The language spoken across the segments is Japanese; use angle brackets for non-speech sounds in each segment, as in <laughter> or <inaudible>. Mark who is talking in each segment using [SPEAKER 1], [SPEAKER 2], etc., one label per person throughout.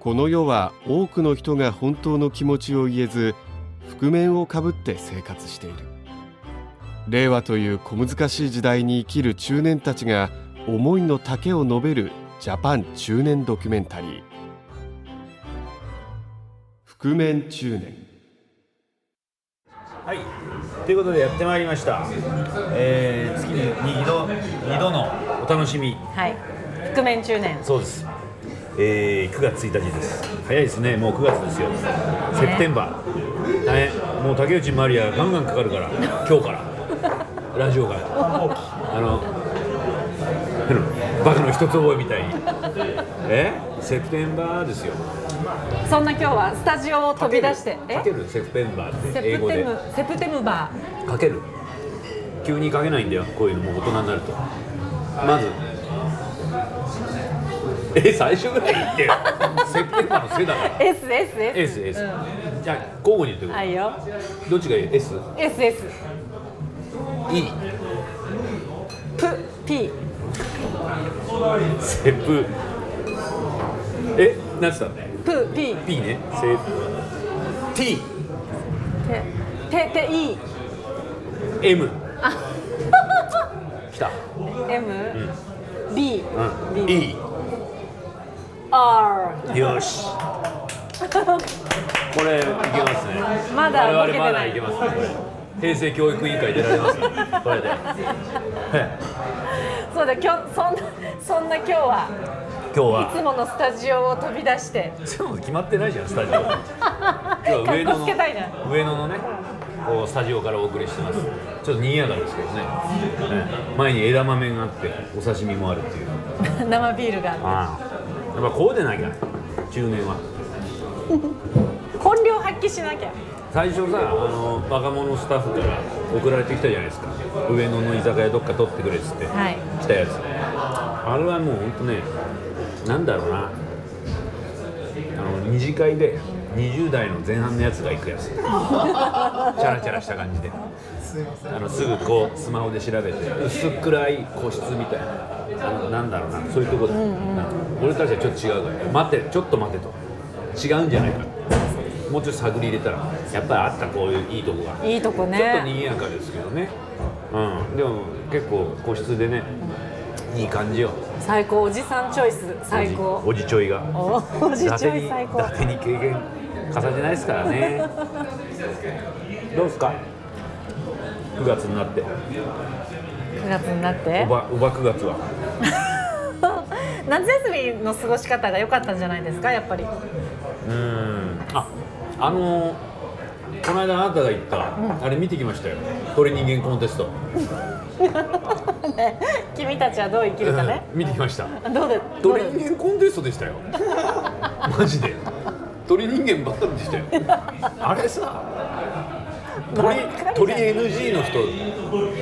[SPEAKER 1] この世は多くの人が本当の気持ちを言えず覆面をかぶって生活している令和という小難しい時代に生きる中年たちが思いの丈を述べるジャパン中年ドキュメンタリー覆面中年
[SPEAKER 2] はい、ということでやってまいりました、えー、月に2度 ,2 度のお楽しみ
[SPEAKER 3] はい。覆面中年。
[SPEAKER 2] そうです、えー、9月1日です早いですねもう9月ですよ、セプテンバー、ね、もう竹内まりやガンガンかかるから今日 <laughs> からラジオがあのバカの一つ覚えみたい <laughs> にえセプテンバーですよ
[SPEAKER 3] そんな今日はスタジオを飛び出して。
[SPEAKER 2] かけるセプテンバーっ
[SPEAKER 3] セ
[SPEAKER 2] て英
[SPEAKER 3] プ
[SPEAKER 2] 語
[SPEAKER 3] テ
[SPEAKER 2] で
[SPEAKER 3] ム、セプテムバー。
[SPEAKER 2] かける急にかけないんだよこういうのもう大人になるとまずえ最初ぐらい言
[SPEAKER 3] <laughs>
[SPEAKER 2] ってよセプテンバーのせいだから
[SPEAKER 3] S S S。
[SPEAKER 2] S S、
[SPEAKER 3] うん
[SPEAKER 2] じゃあ交互に言ってく
[SPEAKER 3] はいよ。
[SPEAKER 2] どっちがいい S
[SPEAKER 3] S S。
[SPEAKER 2] E
[SPEAKER 3] プ P。
[SPEAKER 2] セプえなんつったの
[SPEAKER 3] プ P。
[SPEAKER 2] P ねセ T
[SPEAKER 3] てて E。
[SPEAKER 2] M きた
[SPEAKER 3] M。B。
[SPEAKER 2] うん
[SPEAKER 3] B
[SPEAKER 2] E
[SPEAKER 3] R。
[SPEAKER 2] よしこれいけますね
[SPEAKER 3] まだ
[SPEAKER 2] 我
[SPEAKER 3] 動けて
[SPEAKER 2] 々ま
[SPEAKER 3] ない
[SPEAKER 2] だいけますねこれ平成教育委員会出られますねこれではい
[SPEAKER 3] そうだ。今日そんなそんな今日は
[SPEAKER 2] 今日
[SPEAKER 3] いつ
[SPEAKER 2] は
[SPEAKER 3] ものスタジオを飛び出して。 <laughs>
[SPEAKER 2] 全部決まってないじゃんスタジオ今日は上
[SPEAKER 3] かっ
[SPEAKER 2] 野
[SPEAKER 3] こ
[SPEAKER 2] の
[SPEAKER 3] つけたいな。
[SPEAKER 2] 上野のねこうスタジオからお送りしてますちょっとにぎやかですけどね、はい前に枝豆があってお刺身もあるっていう
[SPEAKER 3] 生ビールが。
[SPEAKER 2] ああやっぱこうでなきゃ中年は
[SPEAKER 3] 本領発揮しなきゃ。
[SPEAKER 2] 最初さあのバカ者スタッフから送られてきたじゃないですか上野の居酒屋どっか取ってくれっつって、
[SPEAKER 3] はい。
[SPEAKER 2] 来たやつあれはもう本当ねなんだろうなあの二次会で20代の前半のやつが行くや <laughs> つチャラチャラした感じであのすぐこうスマホで調べて薄暗い個室みたいなあのなんだろうなそういうとこだ、なんか俺たちはちょっと違うから待ってちょっと待てと違うんじゃないかもうちょっと探り入れたらやっぱりあったこういういいとこが
[SPEAKER 3] いいとこ
[SPEAKER 2] ちょっと
[SPEAKER 3] ね。
[SPEAKER 2] 賑やかですけどね、うん、でも結構個室でね、いい感じよ
[SPEAKER 3] 最高。おじさんチョイス最高。
[SPEAKER 2] おじおじちょいが
[SPEAKER 3] おおじ
[SPEAKER 2] 伊
[SPEAKER 3] ちょい
[SPEAKER 2] 達に伊
[SPEAKER 3] 最高
[SPEAKER 2] 達に経験重ねないですからねどうですか9月になって
[SPEAKER 3] 9月になっ
[SPEAKER 2] お
[SPEAKER 3] て
[SPEAKER 2] ばおば9月は
[SPEAKER 3] 夏休みの過ごし方が良かったんじゃないですかやっぱり <laughs>
[SPEAKER 2] うんああのーこの間あなたが言った、あれ見てきましたよ鳥人間コンテスト、
[SPEAKER 3] 君たちはどう生きるかね
[SPEAKER 2] <laughs> 見てきました
[SPEAKER 3] どうでどう
[SPEAKER 2] 鳥
[SPEAKER 3] で
[SPEAKER 2] 人間コンテストで <laughs> したよマジで鳥人間ばっかりでしたよあれさ鳥鳥 NG の人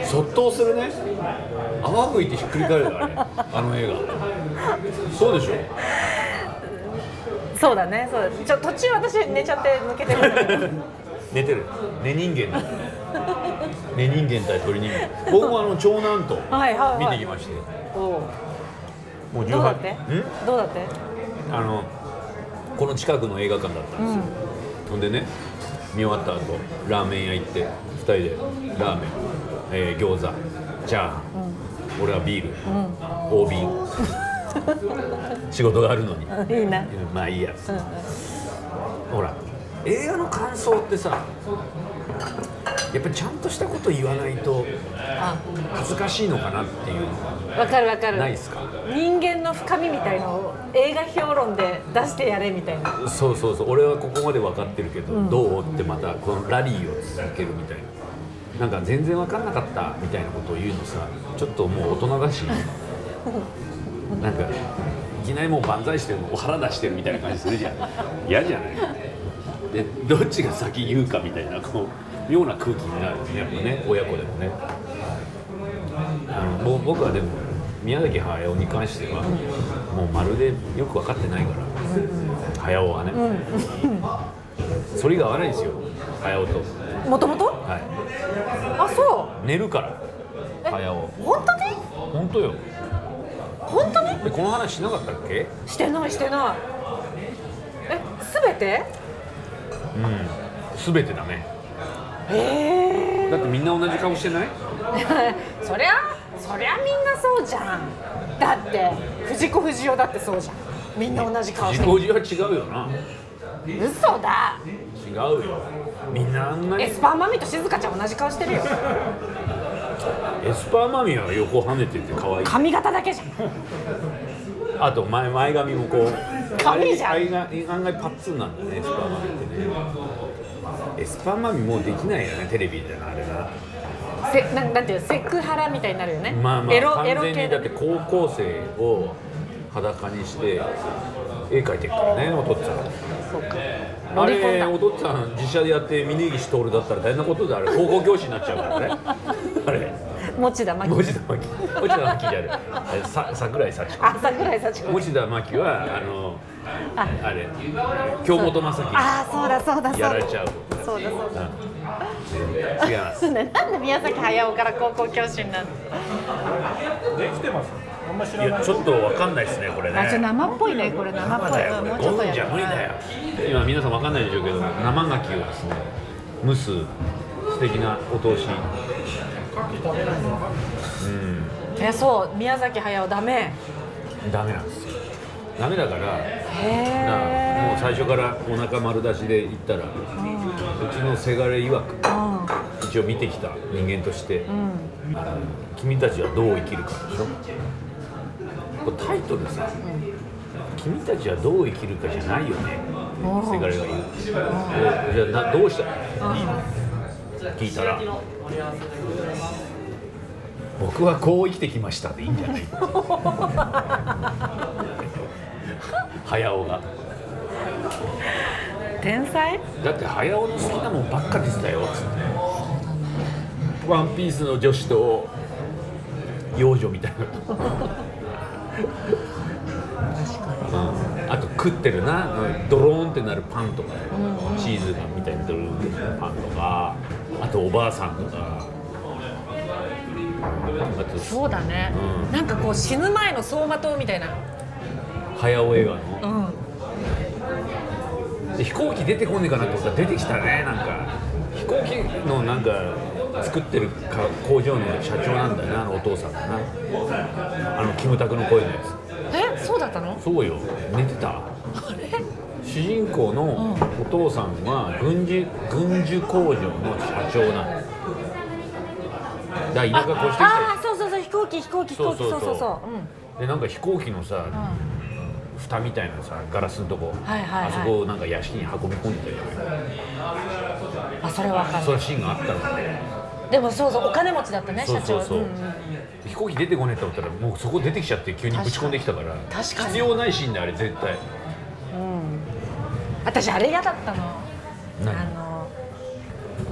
[SPEAKER 2] そっとするね泡吹いてひっくり返るよあれあの映画そうでしょ
[SPEAKER 3] そうだねそうだちょ途中私寝ちゃって抜けてる
[SPEAKER 2] 寝てる寝人間だ寝人間対鳥人間僕もあの長男と
[SPEAKER 3] はいはい
[SPEAKER 2] 見
[SPEAKER 3] は
[SPEAKER 2] て
[SPEAKER 3] い
[SPEAKER 2] きまして、
[SPEAKER 3] おう
[SPEAKER 2] もう18
[SPEAKER 3] どうだって
[SPEAKER 2] ん
[SPEAKER 3] どうだって
[SPEAKER 2] あのこの近くの映画館だったんですよ、ほんでね見終わった後ラーメン屋行って2人でラーメン、えー餃子チャーハン、俺はビール、大瓶仕事があるのに
[SPEAKER 3] <laughs> いいな
[SPEAKER 2] まあいいやつ、
[SPEAKER 3] うんうん
[SPEAKER 2] ほら映画の感想ってさやっぱりちゃんとしたこと言わないと
[SPEAKER 3] あ
[SPEAKER 2] 恥ずかしいのかなっていうのは
[SPEAKER 3] わかるわかる
[SPEAKER 2] ないですか
[SPEAKER 3] 人間の深みみたいのを映画評論で出してやれみたいな
[SPEAKER 2] そうそうそう俺はここまで分かってるけど、どうってまたこのラリーを続けるみたいななんか全然分かんなかったみたいなことを言うのさちょっともう大人だしなんかいきなりもう万歳してるのお腹出してるみたいな感じするじゃん嫌じゃないでどっちが先言うかみたいなこう妙な空気になるよねやっぱね親子でもねあのぼ僕はでも宮崎駿に関してはもうまるでよく分かってないから駿はね、反りが合わないんですよ駿と
[SPEAKER 3] もともと
[SPEAKER 2] は
[SPEAKER 3] あそ
[SPEAKER 2] い寝るから
[SPEAKER 3] え
[SPEAKER 2] 駿
[SPEAKER 3] う本当に
[SPEAKER 2] 本当よ
[SPEAKER 3] 本当に
[SPEAKER 2] でこの話しなかったっけ
[SPEAKER 3] してないしてなえすべて
[SPEAKER 2] 全てだね
[SPEAKER 3] え
[SPEAKER 2] だってみんな同じ顔してない
[SPEAKER 3] ー、そりゃそりゃみんなそうじゃんだって藤子不二雄だってそうじゃんみんな同じ顔し
[SPEAKER 2] 自
[SPEAKER 3] てる
[SPEAKER 2] 己流は違うよな
[SPEAKER 3] 嘘だ
[SPEAKER 2] 違うよみんなあんなに
[SPEAKER 3] エ
[SPEAKER 2] エ
[SPEAKER 3] スパーマミと静香ちゃん同じ顔してるよ
[SPEAKER 2] スパーマミは横跳ねてて可愛い
[SPEAKER 3] 髪型だけじゃん
[SPEAKER 2] あと前前髪もこう
[SPEAKER 3] 髪じゃん
[SPEAKER 2] あれあれが案外パッツンなんだねエスパーマミってねエスパーマミもうできないよねテレビでなあれな
[SPEAKER 3] せなんなんていうのセクハラみたいになるよね、
[SPEAKER 2] まあま
[SPEAKER 3] エロ
[SPEAKER 2] あ
[SPEAKER 3] エロ
[SPEAKER 2] 完全
[SPEAKER 3] 系
[SPEAKER 2] に
[SPEAKER 3] だ
[SPEAKER 2] だって高校生を裸にして絵描いてるからねお父っつぁん
[SPEAKER 3] そうか
[SPEAKER 2] あ
[SPEAKER 3] ロリコン
[SPEAKER 2] れ
[SPEAKER 3] だ
[SPEAKER 2] お父っつぁん自社でやって峯岸徹だったら大変なことであれ高校教師になっちゃうからね <laughs> あれ
[SPEAKER 3] 持田真
[SPEAKER 2] 持
[SPEAKER 3] 希
[SPEAKER 2] 田真希持田真希じゃないあれさ桜井幸子
[SPEAKER 3] あ桜井幸子
[SPEAKER 2] 持田真希はあの
[SPEAKER 3] あ
[SPEAKER 2] あれ京本政樹
[SPEAKER 3] ああそうだそうだそうだ
[SPEAKER 2] やられちゃう
[SPEAKER 3] そうだそうだ
[SPEAKER 2] うん違います
[SPEAKER 3] そうだなんで宮崎駿から高校教師になる
[SPEAKER 4] できてますあんま知
[SPEAKER 2] い
[SPEAKER 4] らな
[SPEAKER 2] や
[SPEAKER 4] い
[SPEAKER 2] ちょっとわかんないですねこれね
[SPEAKER 3] あちょ生っぽいねこれ生っぽい
[SPEAKER 2] だよ
[SPEAKER 3] うん
[SPEAKER 2] これ
[SPEAKER 3] もうちょ
[SPEAKER 2] 5
[SPEAKER 3] っとや
[SPEAKER 2] 分じゃ無理だよ今皆さんわかんないでしょうけど生牡蠣をですね蒸す素敵なお通し
[SPEAKER 3] えそう宮崎駿ダメ
[SPEAKER 2] ダメなんですよダメだから
[SPEAKER 3] へ
[SPEAKER 2] だからもう
[SPEAKER 3] え
[SPEAKER 2] 最初からお腹丸出しで行ったらうちのせがれ曰く一応見てきた人間として、あの君たちはどう生きるかでしょこれタイトルさ、君たちはどう生きるかじゃないよね
[SPEAKER 3] うん
[SPEAKER 2] せがれが言うでじゃあなどうしたらいいの聞いたら僕はこう生きてきましたでいいんじゃない早尾が
[SPEAKER 3] 天才
[SPEAKER 2] だって早尾の好きなもんばっかでしたよつってワンピースの女子と幼女みたいなうんあと食ってるな、ドローンってなるパンとかね、チーズがみたいなドローンってなるパンとかあとおばあさんとかあと
[SPEAKER 3] そうだね
[SPEAKER 2] う
[SPEAKER 3] なんかこう死ぬ前の走馬灯みたいな
[SPEAKER 2] 早尾映画の、
[SPEAKER 3] うん
[SPEAKER 2] で飛行機出てこねえかなと思ったら出てきたねなんか飛行機のなんか作ってるか工場の社長なんだよなあのお父さんがなあのキムタクの声のや
[SPEAKER 3] えそうだったの
[SPEAKER 2] つそうよ寝てた主人公のお父さんは軍事軍需工場の社長なのだから田舎越してきたよ
[SPEAKER 3] ああそうそうそう飛行機飛行機飛行機
[SPEAKER 2] そう
[SPEAKER 3] そ
[SPEAKER 2] そううそう
[SPEAKER 3] そうそううん
[SPEAKER 2] でなんか飛行機のさ、蓋みたいなさガラスのとこ、
[SPEAKER 3] はいはいは
[SPEAKER 2] あ
[SPEAKER 3] い
[SPEAKER 2] そこをなんか屋敷に運び込んでたよ
[SPEAKER 3] あそれわかる
[SPEAKER 2] そういうシーンがあったの
[SPEAKER 3] でもそうそうお金持ちだったね
[SPEAKER 2] そう
[SPEAKER 3] 社
[SPEAKER 2] そ
[SPEAKER 3] 長
[SPEAKER 2] うそう、
[SPEAKER 3] んん
[SPEAKER 2] 飛行機出てこねえと思ったらもうそこ出てきちゃって急にぶち込んできたから
[SPEAKER 3] 確かに確かに
[SPEAKER 2] 必要ないシーンだよあれ絶対
[SPEAKER 3] 私あれ嫌だったの
[SPEAKER 2] 何
[SPEAKER 3] あの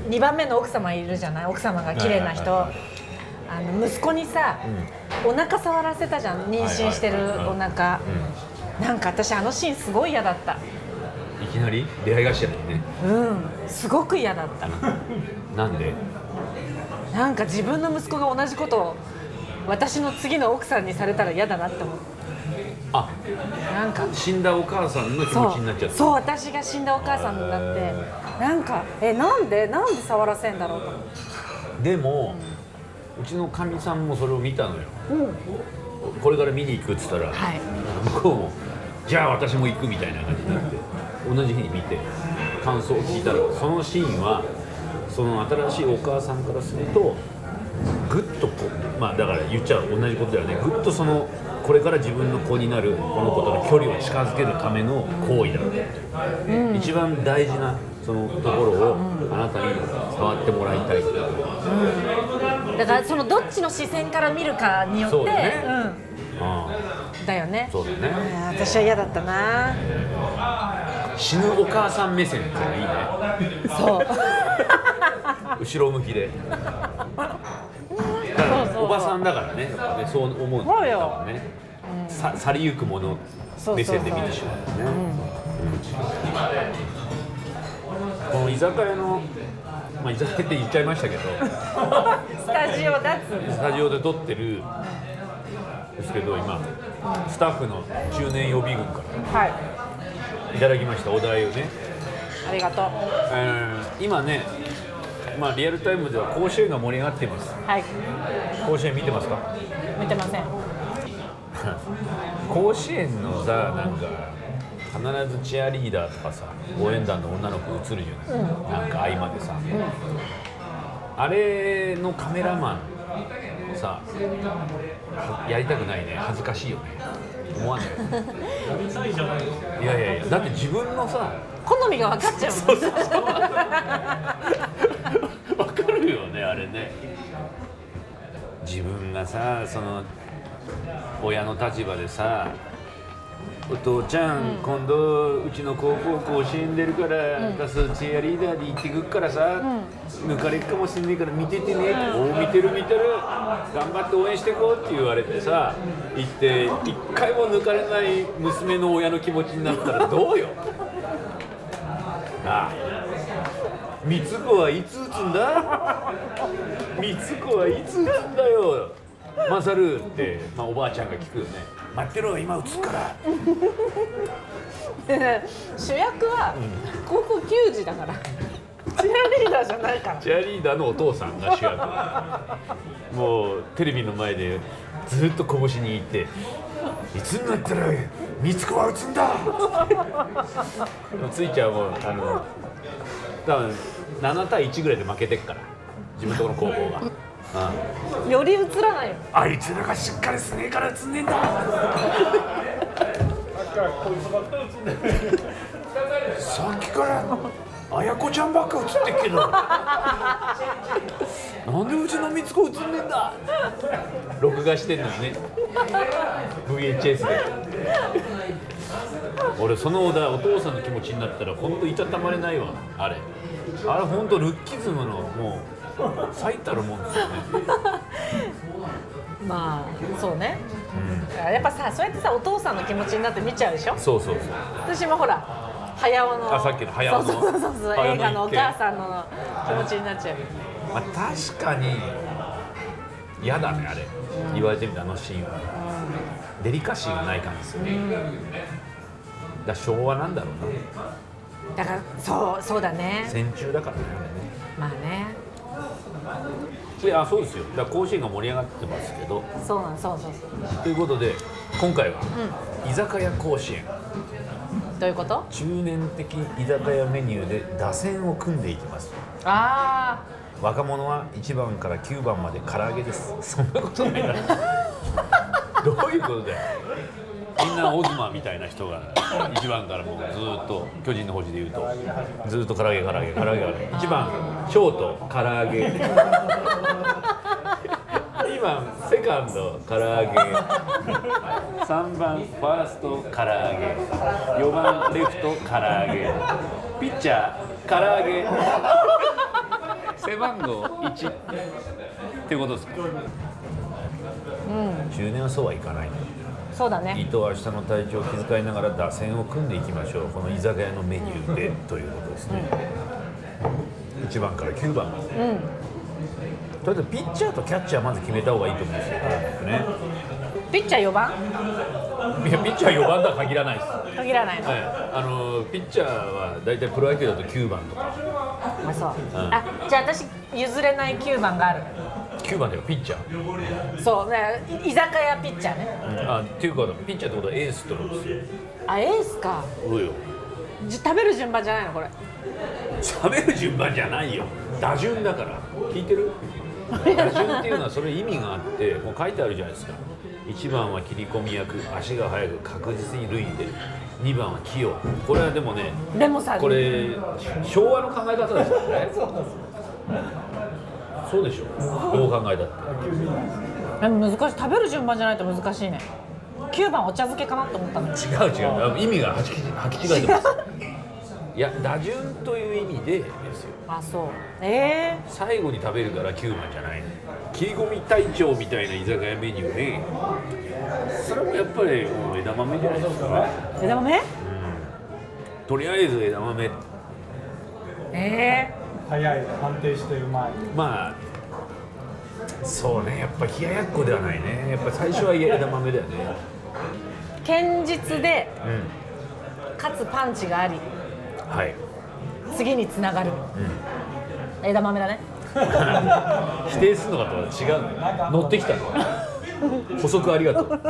[SPEAKER 3] 2番目の奥様いるじゃない奥様が綺麗な人
[SPEAKER 2] は
[SPEAKER 3] あの息子にさ、お腹触らせたじゃん妊娠してる
[SPEAKER 2] はいはいはい
[SPEAKER 3] お腹、なんか私あのシーンすごい嫌だった
[SPEAKER 2] いきなり出会い頭にね
[SPEAKER 3] うんすごく嫌だった
[SPEAKER 2] なんで
[SPEAKER 3] なんか自分の息子が同じことを私の次の奥さんにされたら嫌だなって思う
[SPEAKER 2] あ
[SPEAKER 3] なんか
[SPEAKER 2] 死んだお母さんの気
[SPEAKER 3] そ
[SPEAKER 2] 持
[SPEAKER 3] う
[SPEAKER 2] ちになっちゃった
[SPEAKER 3] そう私が死んだお母さんになってなんかえなんでなんで触らせんだろうと思って
[SPEAKER 2] でもうちのかみさんもそれを見たのよ、これから見に行くっつったら、
[SPEAKER 3] はい
[SPEAKER 2] 向こうもじゃあ私も行くみたいな感じになって同じ日に見て感想を聞いたらそのシーンはその新しいお母さんからするとぐっとこうまあだから言っちゃう同じことだよねぐっとそのこれから自分の子になるこの子との距離を近づけるための行為だって、一番大事なそのところをあなたに触ってもらいたいっていう
[SPEAKER 3] だからそのどっちの視線から見るかによって
[SPEAKER 2] そうだねあ
[SPEAKER 3] うん、だよね
[SPEAKER 2] あそうだ
[SPEAKER 3] あ
[SPEAKER 2] ね
[SPEAKER 3] ー私は嫌だったな
[SPEAKER 2] 死ぬお母さん目線っていうのがいいね
[SPEAKER 3] そう
[SPEAKER 2] 後ろ向きでだからおばさんだからねやっぱねそう思うんだ
[SPEAKER 3] そうよ
[SPEAKER 2] ねさ去りゆくもの
[SPEAKER 3] そうそうそう
[SPEAKER 2] 目線で見てしまうねうんこの居酒屋のまあ居酒屋って言っちゃいましたけど
[SPEAKER 3] スタジオ脱
[SPEAKER 2] スタジオで撮ってるですけど今スタッフの中年予備軍から
[SPEAKER 3] はい
[SPEAKER 2] いただきましたお題をね、
[SPEAKER 3] ありがとう
[SPEAKER 2] えー今ねまあリアルタイムでは甲子園が盛り上がっています
[SPEAKER 3] はい
[SPEAKER 2] 甲子園見てますか
[SPEAKER 3] 見てません
[SPEAKER 2] 甲子園のさなんか必ずチアリーダーとかさ応援団の女の子映るじゃない、なんか合間でさ、あれのカメラマンさはやりたくないね恥ずかしいよね思わない
[SPEAKER 4] やりたいじゃないですか
[SPEAKER 2] いやいやいやだって自分のさ
[SPEAKER 3] 好みが分かっちゃうもん
[SPEAKER 2] <laughs> わかるよねあれね自分がさその親の立場でさ「お父ちゃん、今度うちの高校甲子園出るから、ガスチェアリーダーで行ってくっからさ、抜かれっかもしんねえから見ててね」おお見てる見てる頑張って応援してこう」って言われてさ行って一回も抜かれない娘の親の気持ちになったらどうよ <laughs> なあ三つ子はいつ打つんだ三つ子はいつ打つんだよマサルって、まあ、おばあちゃんが聞くよね待ってろ今打つから
[SPEAKER 3] <laughs> 主役は高校球児だから <laughs> チアリーダーじゃないから
[SPEAKER 2] チアリーダーのお父さんが主役もうテレビの前でずっと拳握っていつになったら三つ子は打つんだでもついちゃんもうあの多分7対1ぐらいで負けてっから自分のところの高校が、うん
[SPEAKER 3] より映らないよ
[SPEAKER 2] あいつらがしっかりすねえからつんねえんだ
[SPEAKER 4] だからこいつばっかり映んない
[SPEAKER 2] さっきから綾子ちゃんばっか映ってっけどなんでうちのみつこ映んねえんだ録画してんのにね VHS で俺そのお題お父さんの気持ちになったら本当いたたまれないわあれあれ本当ルッキズムのもう最たるもんですよね
[SPEAKER 3] まあそうね、やっぱさそうやってさお父さんの気持ちになって見ちゃうでしょ
[SPEAKER 2] そうそうそう
[SPEAKER 3] 私もほら早尾の
[SPEAKER 2] あさっきの早尾の
[SPEAKER 3] そうそうそうそう
[SPEAKER 2] 早尾の一件
[SPEAKER 3] 映画のお母さんの気持ちになっちゃう
[SPEAKER 2] まあ、確かに嫌だねあれ言われてみたあのシーンはデリカシーがない感じですよねだから昭和なんだろうな
[SPEAKER 3] だからそうそうだね
[SPEAKER 2] 戦中だからねあれね
[SPEAKER 3] まあね
[SPEAKER 2] であそうですよだから甲子園が盛り上がってますけど
[SPEAKER 3] そうなんそうそうそう
[SPEAKER 2] ということで今回は、居酒屋甲子園
[SPEAKER 3] どういうこと
[SPEAKER 2] 中年的居酒屋メニューで打線を組んでいきます
[SPEAKER 3] あ
[SPEAKER 2] 若者は1番から9番まで唐揚げです <laughs> そんなことないな <laughs> どういうことだよみんなオズマみたいな人が1番からもうずーっと巨人の星で言うとずーっと唐揚げ唐揚げ唐揚げ唐揚げ1番ショート唐揚 <laughs> げ2番セカンド唐揚げ3番ファースト唐揚げ4番レフト唐揚げピッチャー唐揚げ背番号1ってことですか、中年はそうはいかないね
[SPEAKER 3] あそうだ
[SPEAKER 2] 伊
[SPEAKER 3] ね
[SPEAKER 2] 藤は明日の体調を気遣いながら打線を組んでいきましょうこの居酒屋のメニューでということですね、1番から9番まで、とりあえずピッチャーとキャッチャーまず決めた方がいいと思うんですよね
[SPEAKER 3] ピッチャー4番
[SPEAKER 2] いやピッチャー4番とは限らないです、は
[SPEAKER 3] 限らないの、
[SPEAKER 2] い、あのピッチャーは大体プロ野球だと9番とか
[SPEAKER 3] あそう、
[SPEAKER 2] ん
[SPEAKER 3] あじゃあ私譲れない9番がある
[SPEAKER 2] 9番だよピッチャー、
[SPEAKER 3] そうね居酒屋ピッチャーね
[SPEAKER 2] あっていうかピッチャーってことはエースってことですよ
[SPEAKER 3] あエースか
[SPEAKER 2] そうよ
[SPEAKER 3] じ食べる順番じゃないのこれ
[SPEAKER 2] 喋る順番じゃないよ打順だから聞いてる打順っていうのはそれ意味があってもう書いてあるじゃないですか1番は切り込み役足が速く確実に塁に出る2番は器用これはでもね
[SPEAKER 3] でもさ
[SPEAKER 2] これ昭和の考え方ですよねそうでしょどう考えたって
[SPEAKER 3] でも難しい食べる順番じゃないと難しいね9番お茶漬けかなと思ったの
[SPEAKER 2] 違う違う意味がはき履き違えてますいや打順という意味でですよ
[SPEAKER 3] あそうえ
[SPEAKER 2] 最後に食べるから9番じゃないの切り込み隊長みたいな居酒屋メニューねそれもやっぱりもう枝豆じゃないですか
[SPEAKER 3] ー、枝豆
[SPEAKER 2] とりあえず枝豆
[SPEAKER 3] え
[SPEAKER 4] 早い安定してうまい
[SPEAKER 2] まあそうねやっぱ冷ややっこではないねやっぱ最初は枝豆だよね
[SPEAKER 3] ー、堅実で
[SPEAKER 2] うん
[SPEAKER 3] 必かつパンチがあり
[SPEAKER 2] はい
[SPEAKER 3] 次につながる、枝豆だね
[SPEAKER 2] 否定するのかとは違うのよ乗ってきたの補足ありがとう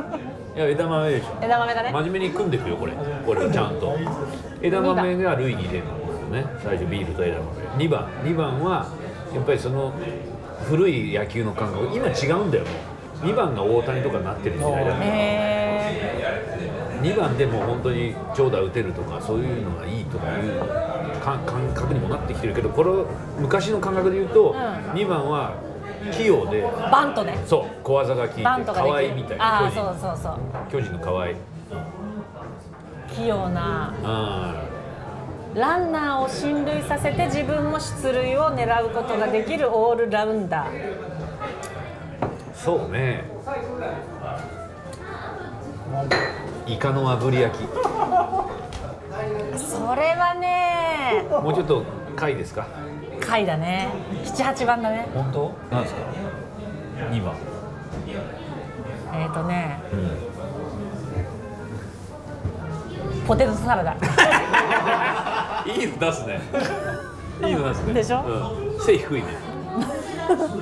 [SPEAKER 2] いや枝豆でしょ
[SPEAKER 3] 枝豆だね
[SPEAKER 2] 真面目に組んでくよこれこれをちゃんと枝豆が類に出るんですよね最初ビールと枝豆2番2番はやっぱりその古い野球の感覚今違うんだよもう2番が大谷とかになってる時代だから
[SPEAKER 3] へえ
[SPEAKER 2] 2番でも本当に長打打てるとかそういうのがいいとかいう感感覚にもなってきてるけどこれを昔の感覚で言うと、
[SPEAKER 3] ん
[SPEAKER 2] 2番は器用で
[SPEAKER 3] バントね
[SPEAKER 2] そう小技が効いて
[SPEAKER 3] バントができる
[SPEAKER 2] 可愛いみたい
[SPEAKER 3] あ
[SPEAKER 2] な
[SPEAKER 3] あ
[SPEAKER 2] 巨
[SPEAKER 3] そう
[SPEAKER 2] 人
[SPEAKER 3] そうそう
[SPEAKER 2] 巨人の可愛い
[SPEAKER 3] 器用な
[SPEAKER 2] あ
[SPEAKER 3] ランナーを進塁させて自分も出塁を狙うことができるオールラウンダー
[SPEAKER 2] ーそうねイカの炙り焼き
[SPEAKER 3] それはね
[SPEAKER 2] もうちょっと貝ですか
[SPEAKER 3] 貝だね78番だね
[SPEAKER 2] 本当なんですか2番
[SPEAKER 3] えっ、ー、とね
[SPEAKER 2] うん
[SPEAKER 3] ポテトサラダ
[SPEAKER 2] いいの出 <laughs> すね。いいの出すね。
[SPEAKER 3] でし
[SPEAKER 2] う
[SPEAKER 3] ょ
[SPEAKER 2] ん、背低いね。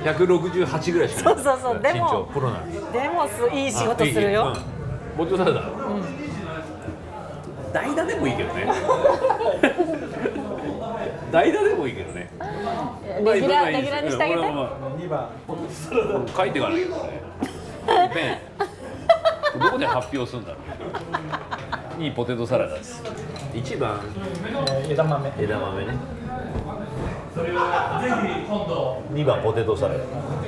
[SPEAKER 2] 168ぐらいしかない。
[SPEAKER 3] そうそうそうでも
[SPEAKER 2] 身長プロなのに。
[SPEAKER 3] <laughs> でもすいい仕事する
[SPEAKER 2] あ
[SPEAKER 3] よ。
[SPEAKER 2] いいうん、ボットサラダ。代打でもいいけど
[SPEAKER 3] <laughs>
[SPEAKER 2] ね。代打でもいいけどね。
[SPEAKER 3] レギュラーレギュラーにしてあげて
[SPEAKER 2] まあまあま
[SPEAKER 4] 2番
[SPEAKER 2] あ書いてからね。これペン。どこで発表するんだろう。いいポテトサラダです。一番
[SPEAKER 4] えー枝豆
[SPEAKER 2] 枝豆ね2番ポテトサラダ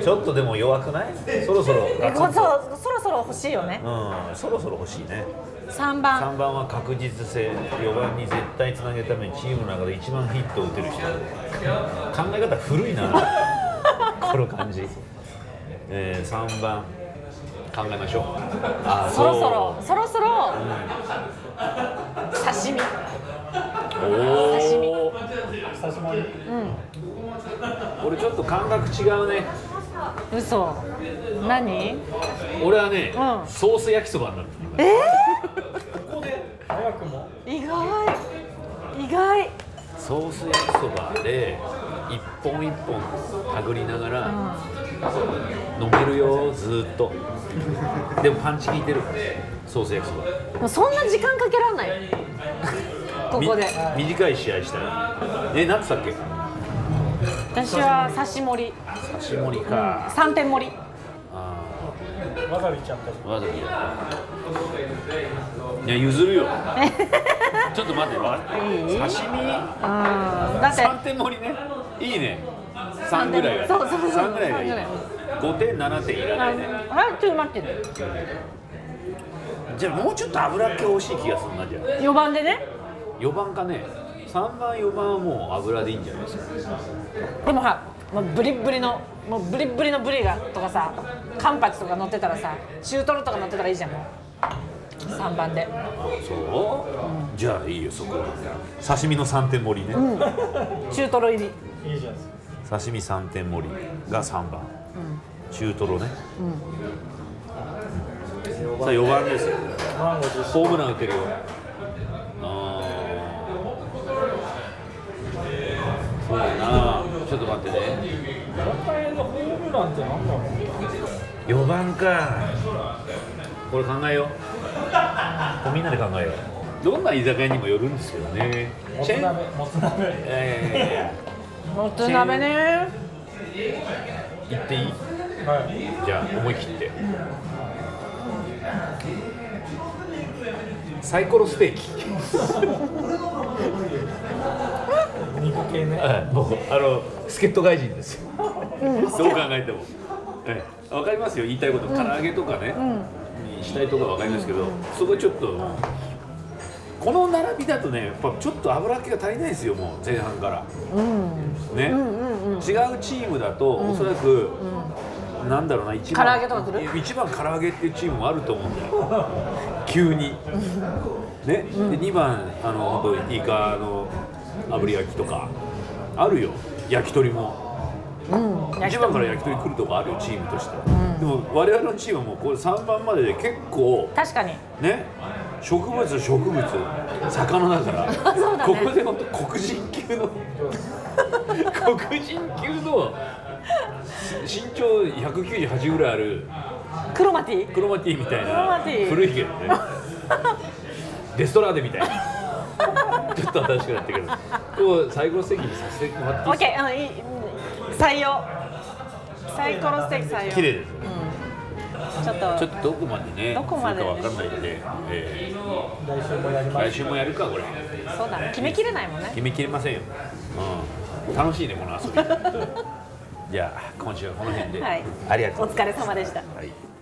[SPEAKER 2] ちょっとでも弱くないそろそろガツ
[SPEAKER 3] こ
[SPEAKER 2] ンと
[SPEAKER 3] そうそろそろ欲しいよね
[SPEAKER 2] うんそろそろ欲しいね
[SPEAKER 3] 3番
[SPEAKER 2] 3番は確実性4番に絶対つなげるためにチームの中で一番ヒットを打てる人考え方古いなこの感じ、えー、3番考えましょうあー
[SPEAKER 3] そろそうろそろそろ刺身刺身
[SPEAKER 2] おお
[SPEAKER 4] 久しぶり
[SPEAKER 2] 俺ちょっと感覚違うね
[SPEAKER 3] 嘘何
[SPEAKER 2] 俺はね、
[SPEAKER 3] うん
[SPEAKER 2] ソース焼きそばになる
[SPEAKER 4] 早くも
[SPEAKER 3] 意外意外
[SPEAKER 2] ソース焼きそばで一本一本たぐりながら飲めるよずーっとでもパンチ効いてるソース焼きそば
[SPEAKER 3] もうそんな時間かけらんないよここで
[SPEAKER 2] <laughs> み短い試合したらえなんつったっけ
[SPEAKER 3] 私は刺し盛り
[SPEAKER 2] 刺し盛りか、
[SPEAKER 3] 三点盛り
[SPEAKER 2] あ
[SPEAKER 4] わさびちゃったし
[SPEAKER 2] あわざといや譲るよ
[SPEAKER 3] <laughs>
[SPEAKER 2] ちょっと待ってわ刺身
[SPEAKER 3] うんだって
[SPEAKER 2] 三点盛りねいいね三ぐらいが
[SPEAKER 3] そうそうそう
[SPEAKER 2] 三ぐらいがいい
[SPEAKER 3] 三ぐらい
[SPEAKER 2] 五点七点いらないね
[SPEAKER 3] あれちょっと待って
[SPEAKER 2] じゃあもうちょっと油っ気欲しい気がするなじゃあ
[SPEAKER 3] 4番でね
[SPEAKER 2] 4番かね3番4番はもう油でいいんじゃないですか
[SPEAKER 3] でもさもうブリッブリのもうブリッブリのブリがとかさカンパチとか乗ってたらさ中トロとか乗ってたらいいじゃんもう3番で
[SPEAKER 2] そうじゃあいいよそこは刺身の3点盛りね、
[SPEAKER 3] 中トロ入り
[SPEAKER 4] いいじゃないですか
[SPEAKER 2] 刺身3点盛りが3番、中トロね、うんさあ4番ですよ
[SPEAKER 4] マンゴー
[SPEAKER 2] ホームラン打てるよあーそうだなちょっと待ってね
[SPEAKER 4] 実際のホームランってなんだろう
[SPEAKER 2] 4番かこれ考えようこれみんなで考えようどんな居酒屋にもよるんですけどね
[SPEAKER 4] もつ
[SPEAKER 2] チェーン
[SPEAKER 4] 鍋もつ鍋
[SPEAKER 2] え
[SPEAKER 3] もつ鍋ね
[SPEAKER 2] ー、行っていい
[SPEAKER 4] はい
[SPEAKER 2] じゃあ思い切ってサイコロステー <laughs> キ
[SPEAKER 4] 肉系ね
[SPEAKER 2] はいもうあの助っ人外人ですよどう考えてもええわかりますよ言いたいこと唐揚げとかね、にしたいとかわかりますけどそこちょっともうこの並びだとねやっぱちょっと油っ気が足りないですよもう前半から、ね、違うチームだと、おそらく、なんだろうな一番
[SPEAKER 3] 唐揚げとか来る
[SPEAKER 2] 一番唐揚げっていうチームもあると思うんだよ <laughs> 急にね、で2番あの本当イカの炙り焼きとかあるよ焼き鳥も1番から焼き鳥来るとかあるよチームとして、でも我々のチームはもうこれ3番までで結構
[SPEAKER 3] 確かに
[SPEAKER 2] ね植物植物魚だから
[SPEAKER 3] そうだね
[SPEAKER 2] ここで本当黒人級の <laughs> 黒人級の身長198ぐらいある
[SPEAKER 3] クロマティ
[SPEAKER 2] クロマティみたい
[SPEAKER 3] クロマ
[SPEAKER 2] な
[SPEAKER 3] ティ
[SPEAKER 2] 古いけどねデストラーデみたいなちょっと新しくなってくるこう最後の席にさせてもらって
[SPEAKER 3] オ
[SPEAKER 2] いい
[SPEAKER 3] ッケーあのいいうん採用サイコロステーキ採用
[SPEAKER 2] 綺麗ですね
[SPEAKER 3] ちょっと
[SPEAKER 2] ちょっとどこまでね
[SPEAKER 3] どこまです
[SPEAKER 2] るかわかんないんで、え
[SPEAKER 4] 来週もやり
[SPEAKER 2] ー
[SPEAKER 4] ま
[SPEAKER 2] 来
[SPEAKER 4] す
[SPEAKER 2] 週もやるかこれ
[SPEAKER 3] そうだね決めきれないもんね
[SPEAKER 2] 決めきれませんよ、うん、楽しいねこの遊びじゃあ今週はこの辺で、
[SPEAKER 3] はい
[SPEAKER 2] ありがとうございます
[SPEAKER 3] お疲れ様でした
[SPEAKER 2] はい